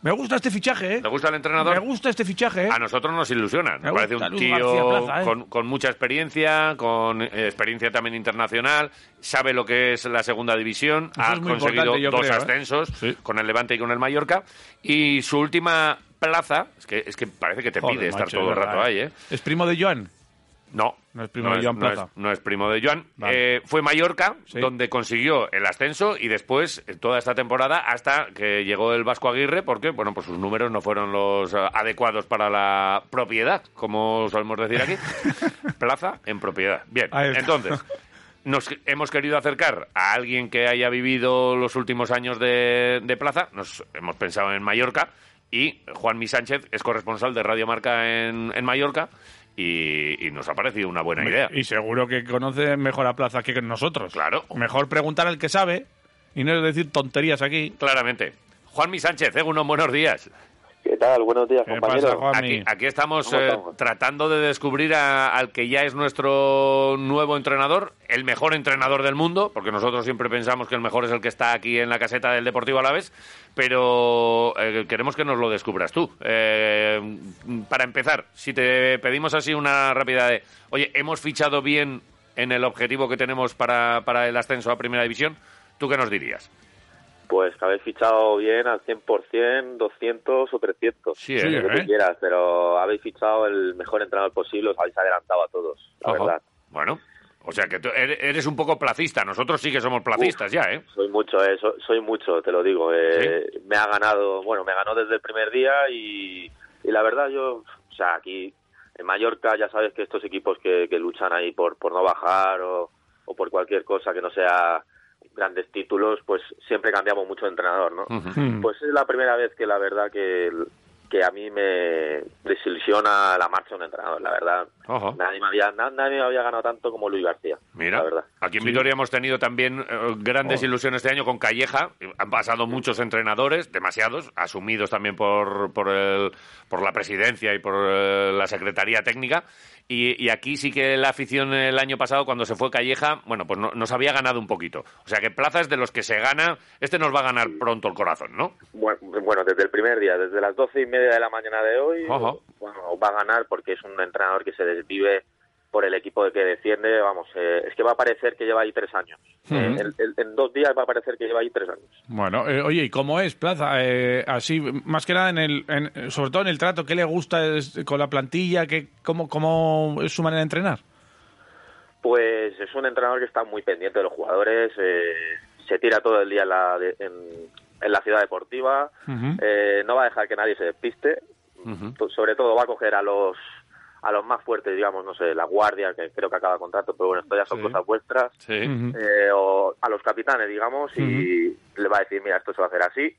Speaker 4: me gusta este fichaje, ¿eh?
Speaker 3: ¿Te gusta el
Speaker 4: Me
Speaker 3: entrenador? Ah,
Speaker 4: gusta este fichaje, ¿eh?
Speaker 3: A nosotros nos ilusiona.
Speaker 4: Me
Speaker 3: Nos parece
Speaker 4: gusta
Speaker 3: un
Speaker 4: Luis
Speaker 3: tío
Speaker 4: García Plaza, ¿eh?
Speaker 3: con, con mucha experiencia, con eh, experiencia también internacional, sabe lo que es la segunda división,
Speaker 4: Eso
Speaker 3: ha
Speaker 4: es muy
Speaker 3: conseguido
Speaker 4: importante, yo
Speaker 3: dos
Speaker 4: creo, ¿eh?
Speaker 3: ascensos
Speaker 4: Sí.
Speaker 3: con el Levante y con el Mallorca. Y su última plaza, es que, es que parece que te
Speaker 4: Joder,
Speaker 3: pide estar
Speaker 4: macho,
Speaker 3: todo el
Speaker 4: es
Speaker 3: rato
Speaker 4: verdad,
Speaker 3: ahí, ¿eh?
Speaker 4: ¿Es primo de Joan?
Speaker 3: No.
Speaker 4: No es primo de Joan
Speaker 3: no
Speaker 4: Plaza.
Speaker 3: es- no es primo de Joan.
Speaker 4: Vale.
Speaker 3: Eh, fue Mallorca,
Speaker 4: Sí.
Speaker 3: donde consiguió el ascenso y después eh, toda esta temporada hasta que llegó el Vasco Aguirre, porque bueno, pues sus números no fueron los eh, adecuados para la propiedad, como solemos decir aquí. Plaza en propiedad. Bien,
Speaker 4: Ahí está.
Speaker 3: entonces. Nos que- hemos querido acercar a alguien que haya vivido los últimos años de, de plaza. Nos hemos pensado en Mallorca y Juanmi Sánchez es corresponsal de Radio Marca en, en Mallorca y, y nos ha parecido una buena idea.
Speaker 4: Y seguro que conoce mejor a Plaza que nosotros.
Speaker 3: Claro.
Speaker 4: Mejor preguntar al que sabe y no decir tonterías aquí.
Speaker 3: Claramente. Juanmi Sánchez, unos buenos días.
Speaker 13: ¿Qué tal? Buenos días,
Speaker 4: ¿Qué
Speaker 13: compañero.
Speaker 4: pasa, Juanmi?
Speaker 3: Aquí, aquí estamos
Speaker 13: ¿Cómo
Speaker 3: eh,
Speaker 13: estamos?
Speaker 3: tratando de descubrir a- al que ya es nuestro nuevo entrenador, el mejor entrenador del mundo, porque nosotros siempre pensamos que el mejor es el que está aquí en la caseta del Deportivo Alavés, pero eh, queremos que nos lo descubras tú. Eh, para empezar, si te pedimos así una rápida de, oye, ¿hemos fichado bien en el objetivo que tenemos para, para el ascenso a Primera División, ¿tú qué nos dirías?
Speaker 13: Pues que habéis fichado bien al 100%, 200 o 300.
Speaker 3: Sí, ¿eh?
Speaker 13: lo que tú quieras, pero habéis fichado el mejor entrenador posible, os habéis adelantado a todos, la
Speaker 3: Ojo.
Speaker 13: verdad.
Speaker 3: Bueno, o sea que tú eres eres un poco placista. Nosotros sí que somos placistas ya, ¿eh?
Speaker 13: Soy mucho, eh, so- soy mucho, te lo digo. eh, Me ha ganado, bueno, me ganó desde el primer día y, y la verdad yo, o sea, aquí en Mallorca ya sabes que estos equipos que, que luchan ahí por, por no bajar o, o por cualquier cosa que no sea grandes títulos, pues siempre cambiamos mucho de entrenador, ¿no?
Speaker 14: Ujú.
Speaker 13: Pues es la primera vez que la verdad que, que a mí me desilusiona la marcha de un entrenador, la verdad.
Speaker 3: Ojo.
Speaker 13: Nadie me había, na- nadie me había ganado tanto como Luis García.
Speaker 3: Mira, aquí en Vitoria hemos tenido también eh, grandes ilusiones este año con Calleja. Han pasado muchos entrenadores, demasiados, asumidos también por, por, el- por la presidencia y por eh, la Secretaría Técnica. Y, y aquí sí que la afición el año pasado, cuando se fue Calleja, bueno, pues no- nos había ganado un poquito. O sea que plazas de los que se gana, este nos va a ganar pronto el corazón, ¿no?
Speaker 13: Bueno, bueno, desde el primer día, desde las doce y media de la mañana de hoy,
Speaker 3: Ojo.
Speaker 13: bueno, va a ganar porque es un entrenador que se desvive por el equipo que defiende, vamos, eh, es que va a parecer que lleva ahí tres años. Eh,
Speaker 4: Ujú.
Speaker 13: el- el- en dos días va a parecer que lleva ahí tres años.
Speaker 4: Bueno, eh, oye, ¿y cómo es Plaza? Eh, así, más que nada, en el, en- sobre todo en el trato, ¿qué le gusta es- con la plantilla? ¿Qué, cómo, ¿Cómo es su manera de entrenar?
Speaker 13: Pues es un entrenador que está muy pendiente de los jugadores, eh, se tira todo el día en la, de- en- en la ciudad deportiva, eh, no va a dejar que nadie se despiste, to- pues sobre todo va a coger a los a los más fuertes, digamos, no sé, la guardia, que creo que acaba contrato, pero bueno, esto ya son cosas vuestras,
Speaker 14: Ujú.
Speaker 13: eh, o a los capitanes, digamos, y le va a decir, mira, esto se va a hacer así,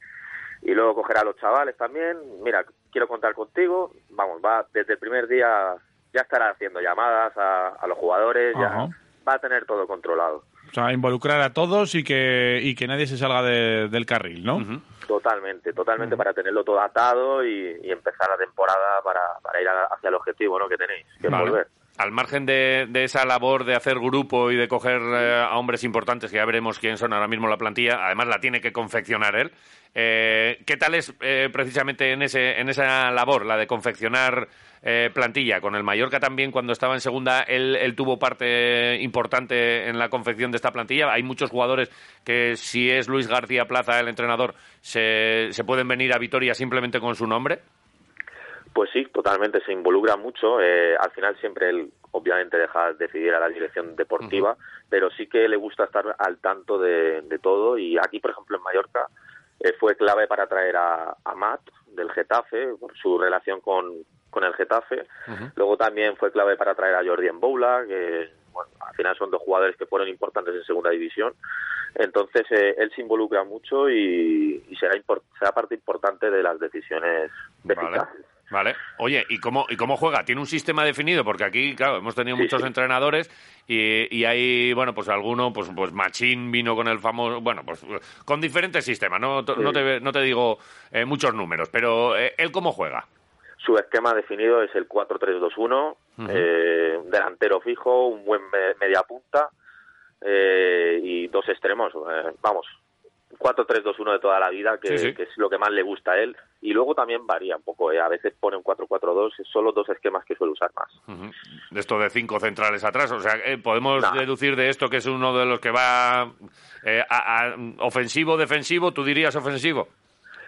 Speaker 13: y luego cogerá a los chavales también, mira, quiero contar contigo, vamos, va desde el primer día ya estará haciendo llamadas a, a los jugadores,
Speaker 4: Ajá.
Speaker 13: ya va a tener todo controlado,
Speaker 4: O sea, involucrar a todos y que, y que nadie se salga de- del carril, ¿no?
Speaker 13: totalmente, totalmente para tenerlo todo atado y, y empezar la temporada para, para ir a- hacia el objetivo, ¿no? Que tenéis, que es
Speaker 3: Vale.
Speaker 13: volver.
Speaker 3: Al margen de, de esa labor de hacer grupo y de coger eh, a hombres importantes, que ya veremos quién son ahora mismo la plantilla, además la tiene que confeccionar él. eh, ¿Qué tal es eh, precisamente en, ese, en esa labor, la de confeccionar eh, plantilla? Con el Mallorca también, cuando estaba en segunda, él, él tuvo parte importante en la confección de esta plantilla. Hay muchos jugadores que, si es Luis García Plaza el entrenador, se, se pueden venir a Vitoria simplemente con su nombre.
Speaker 13: Pues sí, totalmente, se involucra mucho. eh, al final siempre él, obviamente, deja decidir a la dirección deportiva, pero sí que le gusta estar al tanto de, de todo. Y aquí, por ejemplo, en Mallorca, eh, fue clave para traer a, a Matt del Getafe, por su relación con, con el Getafe. Luego también fue clave para traer a Jordi Boula, que bueno, al final son dos jugadores que fueron importantes en segunda división. Entonces, eh, él se involucra mucho y, y será, impor- será parte importante de las decisiones de
Speaker 3: Vale.
Speaker 13: fichaje.
Speaker 3: Vale. Oye, ¿y cómo, ¿y cómo juega? ¿Tiene un sistema definido? Porque aquí, claro, hemos tenido muchos entrenadores y, y hay, bueno, pues alguno, pues, pues Machín vino con el famoso, bueno, pues con diferentes sistemas, no, To- no, te, no te digo eh, muchos números, pero eh, ¿él cómo juega?
Speaker 13: Su esquema definido es el 4-3-2-1,
Speaker 3: Ujú.
Speaker 13: eh, un delantero fijo, un buen me- media punta eh, y dos extremos. eh, vamos, 4-3-2-1 de toda la vida, que,
Speaker 3: Sí, sí.
Speaker 13: que es lo que más le gusta a él. Y luego también varía un poco, eh, a veces pone un 4-4-2, son los dos esquemas que suele usar más.
Speaker 3: Ujú. De esto de cinco centrales atrás, o sea, eh, podemos deducir de esto que es uno de los que va eh, a- a- ofensivo, defensivo, tú dirías ofensivo.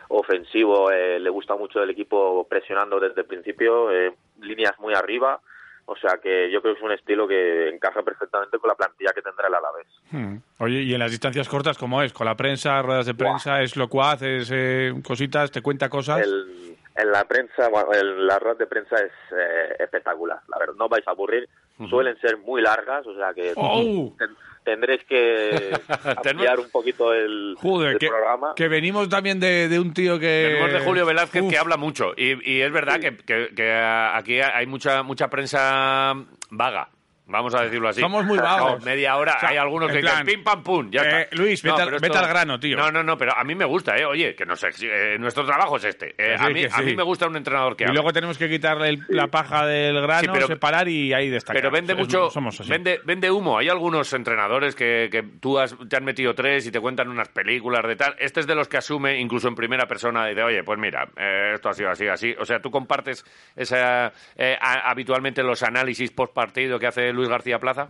Speaker 13: Ofensivo, eh, le gusta mucho el equipo presionando desde el principio, eh, líneas muy arriba. O sea que yo creo que es un estilo que encaja perfectamente con la plantilla que tendrá el Alavés.
Speaker 4: Hmm. Oye, ¿y en las distancias cortas cómo es? ¿Con la prensa, ruedas de prensa, es locuaz, es eh, cositas, te cuenta
Speaker 13: Ah,
Speaker 4: cosas?
Speaker 13: El- en la prensa, bueno, el- la red de prensa es eh, espectacular, la verdad, no os vais a aburrir. Suelen ser muy largas, o sea que
Speaker 4: ¡Oh!
Speaker 13: ten- tendréis que ampliar un poquito el,
Speaker 4: Joder,
Speaker 13: el
Speaker 4: que,
Speaker 13: programa.
Speaker 4: que venimos también de, de un tío que...
Speaker 3: Tenemos de Julio Velázquez que habla mucho. Y, y es verdad que, que- que aquí hay mucha, mucha prensa vaga. Vamos a decirlo así.
Speaker 4: Somos muy vagos.
Speaker 3: No, media hora.
Speaker 4: O sea,
Speaker 3: hay algunos
Speaker 4: en
Speaker 3: que dicen
Speaker 4: plan,
Speaker 3: pim pam pum. Ya
Speaker 4: eh,
Speaker 3: está.
Speaker 4: Luis, vete al-
Speaker 3: pero
Speaker 4: vete al grano, tío.
Speaker 3: No, no, no, pero a mí me gusta, ¿eh? Oye, que nos exi- eh, nuestro trabajo es este. Eh,
Speaker 4: Que sí,
Speaker 3: a, mí,
Speaker 4: que
Speaker 3: a
Speaker 4: sí.
Speaker 3: mí me gusta un entrenador que
Speaker 4: Y
Speaker 3: habla.
Speaker 4: luego tenemos que quitarle el- la paja del grano,
Speaker 3: pero-
Speaker 4: separar y ahí destacar.
Speaker 3: Pero vende
Speaker 4: Es-
Speaker 3: mucho.
Speaker 4: Somos así.
Speaker 3: Vende, vende humo. Hay algunos entrenadores que, que tú has- te han metido tres y te cuentan unas películas de tal. Este es de los que asume, incluso en primera persona, y de oye, pues mira, eh, esto ha sido así, así. O sea, tú compartes esa, eh, a- habitualmente los análisis post partido que hace Luis García Plaza.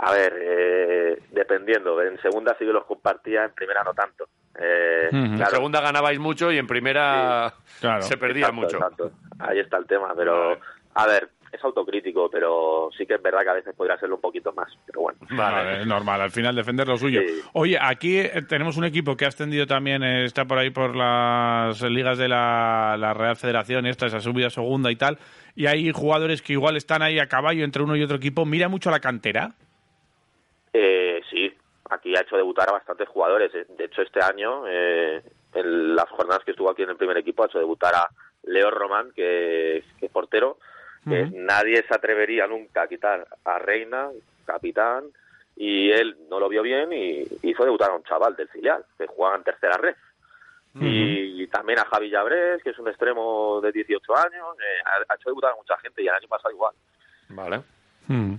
Speaker 13: A ver, eh, dependiendo. En segunda sí que los compartía, en primera no tanto. Eh,
Speaker 3: En
Speaker 13: claro,
Speaker 3: segunda ganabais mucho y en primera se perdía
Speaker 13: Exacto,
Speaker 3: mucho.
Speaker 13: exacto. Ahí está el tema, pero a ver, es autocrítico, pero sí que es verdad que a veces podría serlo un poquito más, pero bueno.
Speaker 4: Vale, es normal, al final defender lo suyo. Oye, aquí eh, tenemos un equipo que ha ascendido también, eh, está por ahí por las ligas de la, la Real Federación, esta es la subida segunda y tal, y hay jugadores que igual están ahí a caballo entre uno y otro equipo. Mira mucho a la cantera.
Speaker 13: Eh, sí, aquí ha hecho debutar a bastantes jugadores. eh. De hecho, este año, eh, en las jornadas que estuvo aquí en el primer equipo, ha hecho debutar a Leo Román, que, que es portero. que Nadie se atrevería nunca a quitar a Reina, capitán, y él no lo vio bien y hizo debutar a un chaval del filial, que jugaba en tercera red. Y también a Javi Llabres, que es un extremo de 18 años. eh, ha, ha hecho debutar a mucha gente y el año pasado igual.
Speaker 3: Vale.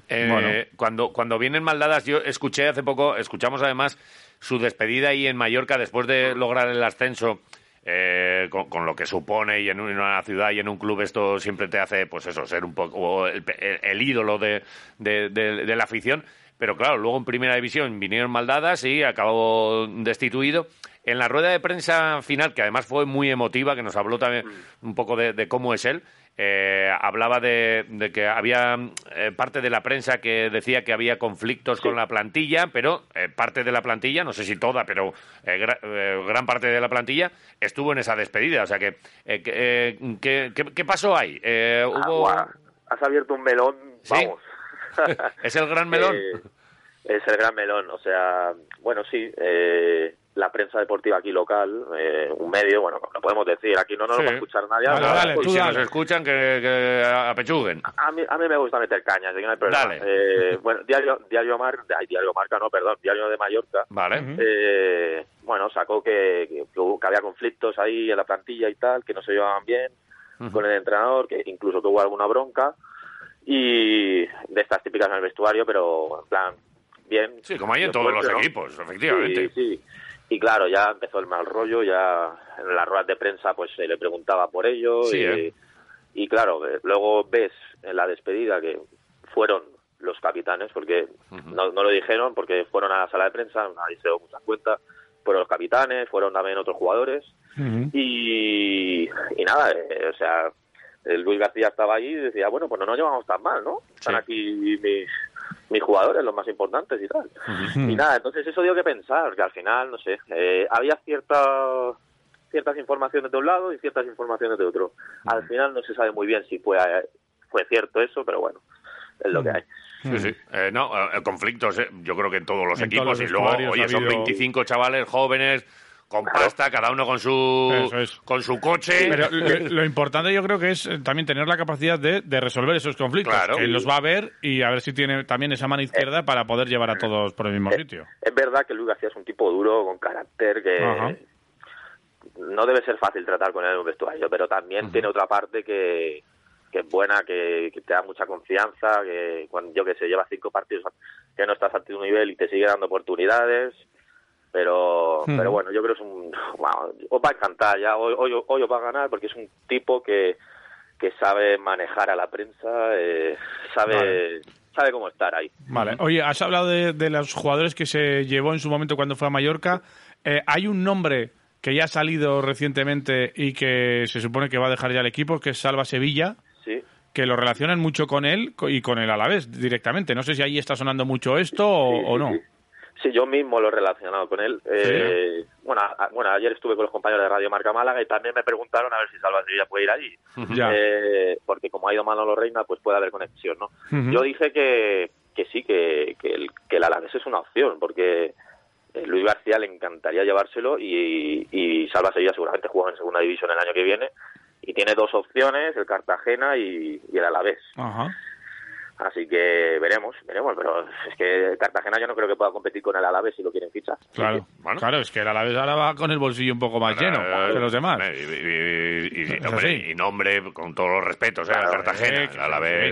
Speaker 3: Eh, cuando, cuando vienen maldadas, yo escuché hace poco, escuchamos además su despedida ahí en Mallorca después de lograr el ascenso. eh, con, con lo que supone y en un- en una ciudad y en un club esto siempre te hace pues eso ser un poco el, pe- el ídolo de, de- de- de la afición pero claro luego en primera división vinieron maldadas y acabó destituido en la rueda de prensa final que además fue muy emotiva que nos habló también
Speaker 13: Mm.
Speaker 3: un poco de, de cómo es él eh, hablaba de, de que había eh, parte de la prensa que decía que había conflictos con la plantilla, pero eh, parte de la plantilla, no sé si toda, pero eh, gra- eh, gran parte de la plantilla estuvo en esa despedida. O sea que, eh, que, eh, ¿qué, qué- qué pasó ahí? Eh, hubo...
Speaker 13: Agua. Has abierto un melón,
Speaker 3: ¿Sí?
Speaker 13: vamos.
Speaker 3: ¿Es el gran melón?
Speaker 13: Eh, es el gran melón, o sea, bueno, sí, eh, la prensa deportiva aquí local, eh, un medio, bueno, lo podemos decir, aquí no, no
Speaker 3: Sí.
Speaker 13: lo va a escuchar nadie.
Speaker 3: Vale,
Speaker 13: no lo va a
Speaker 3: vale, y si
Speaker 13: escuchar.
Speaker 3: nos escuchan, que, que apechuguen.
Speaker 13: A mí, a mí me gusta meter caña, así que no hay problema.
Speaker 3: Dale.
Speaker 13: Eh, bueno, Diario, diario, Mar, ay, diario Marca, no, perdón, Diario de Mallorca.
Speaker 3: Vale.
Speaker 13: eh, bueno, sacó que, que, hubo- que había conflictos ahí en la plantilla y tal, que no se llevaban bien con el entrenador, que incluso que hubo alguna bronca. Y de estas típicas en el vestuario, pero en plan, bien.
Speaker 3: Sí, como hay en todos los equipos, efectivamente.
Speaker 13: Sí, sí. Y claro, ya empezó el mal rollo, ya en las ruedas de prensa pues se le preguntaba por ello.
Speaker 3: Sí,
Speaker 13: y,
Speaker 3: ¿eh?
Speaker 13: y claro, eh, luego ves en la despedida que fueron los capitanes, porque no, no lo dijeron, porque fueron a la sala de prensa, nadie se dio muchas cuentas, fueron los capitanes, fueron también otros jugadores. Y, y nada, eh, o sea, el Luis García estaba allí y decía, bueno, pues no nos llevamos tan mal, ¿no? Están aquí mis, mis jugadores, los más importantes y tal. Y nada, entonces eso dio que pensar, que al final, no sé, eh, había cierta, ciertas informaciones de un lado y ciertas informaciones de otro. Al final no se sabe muy bien si fue, eh, fue cierto eso, pero bueno, es lo que hay.
Speaker 3: Sí, sí. Eh, no, eh, conflictos, eh, yo creo que en todos los
Speaker 4: En
Speaker 3: equipos.
Speaker 4: todos los
Speaker 3: y luego,
Speaker 4: vestuarios
Speaker 3: oye,
Speaker 4: ha
Speaker 3: son
Speaker 4: habido-
Speaker 3: 25 chavales jóvenes con pasta, cada uno con su,
Speaker 4: Eso es.
Speaker 3: con su coche. Eh,
Speaker 4: Pero lo, lo importante yo creo que es eh, también tener la capacidad de, de resolver esos conflictos.
Speaker 3: Claro.
Speaker 4: Que los va a ver y a ver si tiene también esa mano izquierda para poder llevar a todos por el mismo sitio.
Speaker 13: Es verdad que Luis García es un tipo duro, con carácter, que
Speaker 4: Ajá.
Speaker 13: no debe ser fácil tratar con él en un vestuario, pero también tiene otra parte que, que es buena, que, que te da mucha confianza, que cuando yo que sé, llevas cinco partidos que no estás ante un nivel y te sigue dando oportunidades. Pero,
Speaker 14: Ujú.
Speaker 13: pero bueno, yo creo que es un. bueno, os va a encantar ya, hoy, hoy, hoy os va a ganar porque es un tipo que, que sabe manejar a la prensa, eh, sabe, sabe cómo estar ahí.
Speaker 4: Vale. Oye, has hablado de, de los jugadores que se llevó en su momento cuando fue a Mallorca. Eh, hay un nombre que ya ha salido recientemente y que se supone que va a dejar ya el equipo, que es Salva Sevilla,
Speaker 13: Sí.
Speaker 4: que lo relacionan mucho con él co- y con el Alavés directamente. No sé si ahí está sonando mucho esto o, o no.
Speaker 13: Sí, yo mismo lo he relacionado con él. Eh, bueno, a- bueno, ayer estuve con los compañeros de Radio Marca Málaga y también me preguntaron a ver si Salva Sevilla puede ir allí.
Speaker 4: Ya.
Speaker 13: Eh, porque como ha ido Manolo Reina, pues puede haber conexión, ¿no?
Speaker 4: Ujú.
Speaker 13: Yo dije que, que sí, que, que, el, que el Alavés es una opción, porque eh, Luis García le encantaría llevárselo y, y Salva Sevilla seguramente juega en segunda división el año que viene. Y tiene dos opciones, el Cartagena y, y el Alavés.
Speaker 4: Ajá.
Speaker 13: Así que veremos, veremos, pero es que Cartagena yo no creo que pueda competir con el Alavés si lo quieren fichar.
Speaker 4: Claro, claro, es que el Alavés ahora va con el bolsillo un poco más
Speaker 3: Ahora,
Speaker 4: eh, lleno que los demás.
Speaker 3: eh, Y, y- y- hombre, y nombre, con todos los respetos, eh, a Cartagena,
Speaker 4: eh, que
Speaker 3: a la
Speaker 4: sí,
Speaker 3: vez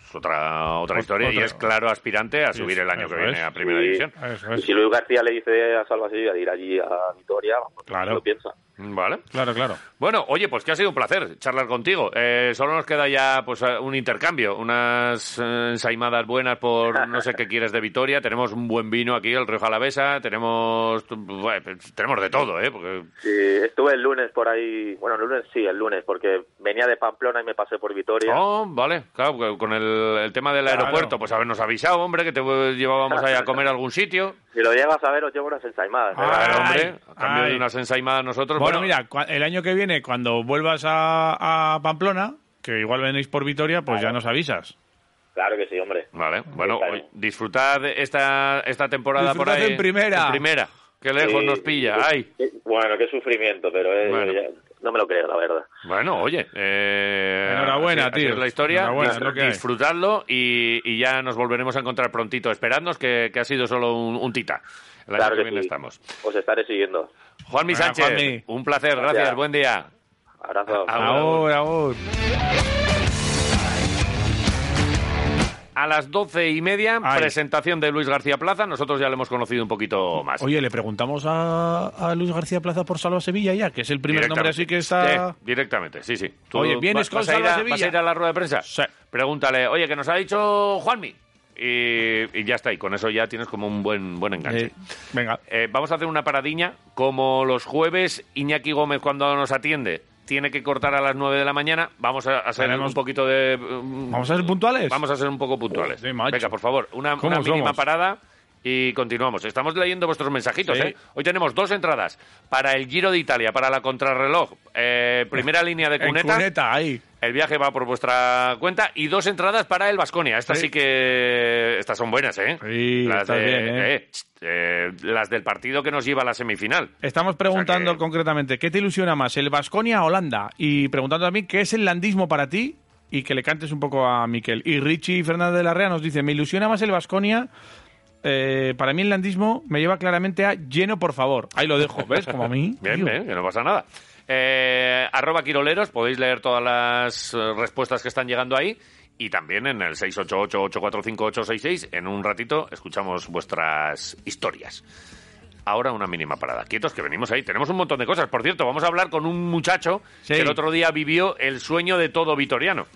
Speaker 3: es otra, otra
Speaker 4: Ot-
Speaker 3: historia y
Speaker 4: otra.
Speaker 3: es claro aspirante a subir el año que
Speaker 4: eso
Speaker 3: viene
Speaker 4: es.
Speaker 3: a Primera
Speaker 13: Sí.
Speaker 3: División.
Speaker 13: Y si Luis García le dice a Salva Sevilla de ir allí a Vitoria, vamos,
Speaker 4: Claro.
Speaker 13: lo piensa.
Speaker 3: Vale.
Speaker 4: Claro, claro.
Speaker 3: Bueno, oye, pues que ha sido un placer charlar contigo. Eh, solo nos queda ya pues a- un intercambio, unas eh, ensaimadas buenas por no sé qué quieres de Vitoria. Tenemos un buen vino aquí, el Rioja Alavesa. Tenemos, bueno, pues, tenemos de todo, ¿eh? Porque
Speaker 13: Sí, estuve el lunes por ahí, bueno, el lunes sí, el lunes, porque venía de Pamplona y me pasé por Vitoria.
Speaker 3: Oh, vale, claro, porque con el, el tema del aeropuerto, pues habernos avisado, hombre, que te eh, llevábamos ahí a comer a algún sitio.
Speaker 13: Si lo llegas a ver, os llevo unas ensaimadas. ¿eh?
Speaker 3: Claro, hombre, a cambio
Speaker 4: ay.
Speaker 3: de unas ensaimadas nosotros.
Speaker 4: Bueno, mira, cua- el año que viene, cuando vuelvas a, a Pamplona, que igual venís por Vitoria, pues ya nos avisas.
Speaker 13: Claro que sí, hombre.
Speaker 3: Vale, bueno, oye, disfrutad esta, esta temporada por
Speaker 4: Disfrutad
Speaker 3: ahí.
Speaker 4: en primera.
Speaker 3: En primera, qué lejos
Speaker 13: Sí,
Speaker 3: nos pilla,
Speaker 13: qué-
Speaker 3: ay.
Speaker 13: qué- Bueno, qué sufrimiento, pero eh,
Speaker 3: Bueno.
Speaker 13: ya- no me lo creo, la verdad.
Speaker 3: Bueno, oye, eh,
Speaker 4: Enhorabuena,
Speaker 3: así- así
Speaker 4: tío.
Speaker 3: es la historia,
Speaker 4: Enhorabuena,
Speaker 3: Dis-
Speaker 4: es lo que hay.
Speaker 3: disfrutadlo y, y ya nos volveremos a encontrar prontito. Esperadnos que, que ha sido solo un, un tita. El año
Speaker 13: Claro
Speaker 3: que
Speaker 13: que
Speaker 3: viene
Speaker 13: sí.
Speaker 3: estamos.
Speaker 13: Os estaré siguiendo.
Speaker 3: Juanmi
Speaker 13: Venga,
Speaker 3: Sánchez,
Speaker 13: Juanmi.
Speaker 3: un placer, gracias,
Speaker 13: Gracias.
Speaker 3: buen día.
Speaker 13: Abrazo.
Speaker 3: Ah,
Speaker 4: Ahora, ahora.
Speaker 3: A las doce y media, presentación de Luis García Plaza. Nosotros ya lo hemos conocido un poquito más.
Speaker 4: Oye, le preguntamos a, a Luis García Plaza por Salva Sevilla ya, que es el primer
Speaker 3: Directamente.
Speaker 4: nombre así que está...
Speaker 3: Sí, directamente, sí, sí. Tú
Speaker 4: Oye,
Speaker 3: vas-
Speaker 4: ¿vienes con
Speaker 3: vas a ir
Speaker 4: Salva
Speaker 3: a-
Speaker 4: Sevilla?
Speaker 3: ¿Vas a ir a la rueda de prensa? Pregúntale, oye, que nos ha dicho Juanmi. Y, y ya está, y con eso ya tienes como un buen, buen enganche.
Speaker 4: venga.
Speaker 3: Eh, vamos a hacer una paradiña. Como los jueves, Iñaki Gómez, cuando nos atiende, tiene que cortar a las 9 de la mañana. Vamos a hacer
Speaker 4: Tenemos-
Speaker 3: un poquito de. mm,
Speaker 4: ¿Vamos a ser puntuales?
Speaker 3: Vamos a ser un poco puntuales. Venga, por favor, una,
Speaker 4: ¿Cómo
Speaker 3: una mínima
Speaker 4: somos?
Speaker 3: parada y continuamos. Estamos leyendo vuestros mensajitos.
Speaker 4: Sí.
Speaker 3: ¿eh? Hoy tenemos dos entradas para el Giro de Italia, para la contrarreloj. eh, primera línea de
Speaker 4: En
Speaker 3: cuneta.
Speaker 4: cuneta, ahí.
Speaker 3: El viaje va por vuestra cuenta y dos entradas para el Vasconia. Estas sí.
Speaker 4: Sí.
Speaker 3: que estas son buenas, ¿eh?
Speaker 4: Sí,
Speaker 3: las
Speaker 4: estás
Speaker 3: de-
Speaker 4: bien, ¿eh?
Speaker 3: eh, ch, eh, las del partido que nos lleva a la semifinal.
Speaker 4: Estamos preguntando concretamente, ¿qué te ilusiona más, el Vasconia o Holanda? Y preguntando también, ¿qué es el landismo para ti? Y que le cantes un poco a Miquel. Y Richie Fernández de la Rea nos dice, me ilusiona más el Vasconia. para mí el landismo me lleva claramente a lleno, por favor. Ahí lo dejo, ¿ves? Como a mí.
Speaker 3: Bien, bien, que no pasa nada. Eh, arroba Quiroleros, podéis leer todas las eh, respuestas que están llegando ahí. Y también en el 688-845-866, en un ratito, escuchamos vuestras historias. Ahora una mínima parada. Quietos que venimos ahí. Tenemos un montón de cosas. Por cierto, vamos a hablar con un muchacho
Speaker 4: Sí.
Speaker 3: que el otro día vivió el sueño de todo vitoriano.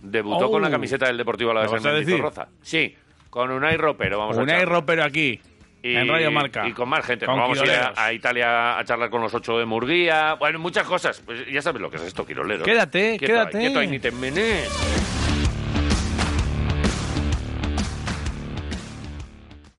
Speaker 3: Debutó
Speaker 4: Oh.
Speaker 3: con la camiseta del Deportivo
Speaker 4: ¿Me vas
Speaker 3: Alavés
Speaker 4: a
Speaker 3: en
Speaker 4: decir?
Speaker 3: Roza. Sí, con Unai Ropero. Vamos a
Speaker 4: Un
Speaker 3: echar.
Speaker 4: ropero aquí,
Speaker 3: Pues Y-
Speaker 4: en Radio Marca.
Speaker 3: Y con más gente.
Speaker 4: Con
Speaker 3: vamos a ir a,
Speaker 4: Quiroleros.
Speaker 3: a Italia a charlar con los ocho de Murguía. Bueno, muchas cosas. Pues ya sabes lo que es esto, Quiroleros.
Speaker 4: Quédate,
Speaker 3: Quieto ahí,
Speaker 4: quédate.
Speaker 3: quieto ahí, ni te menes.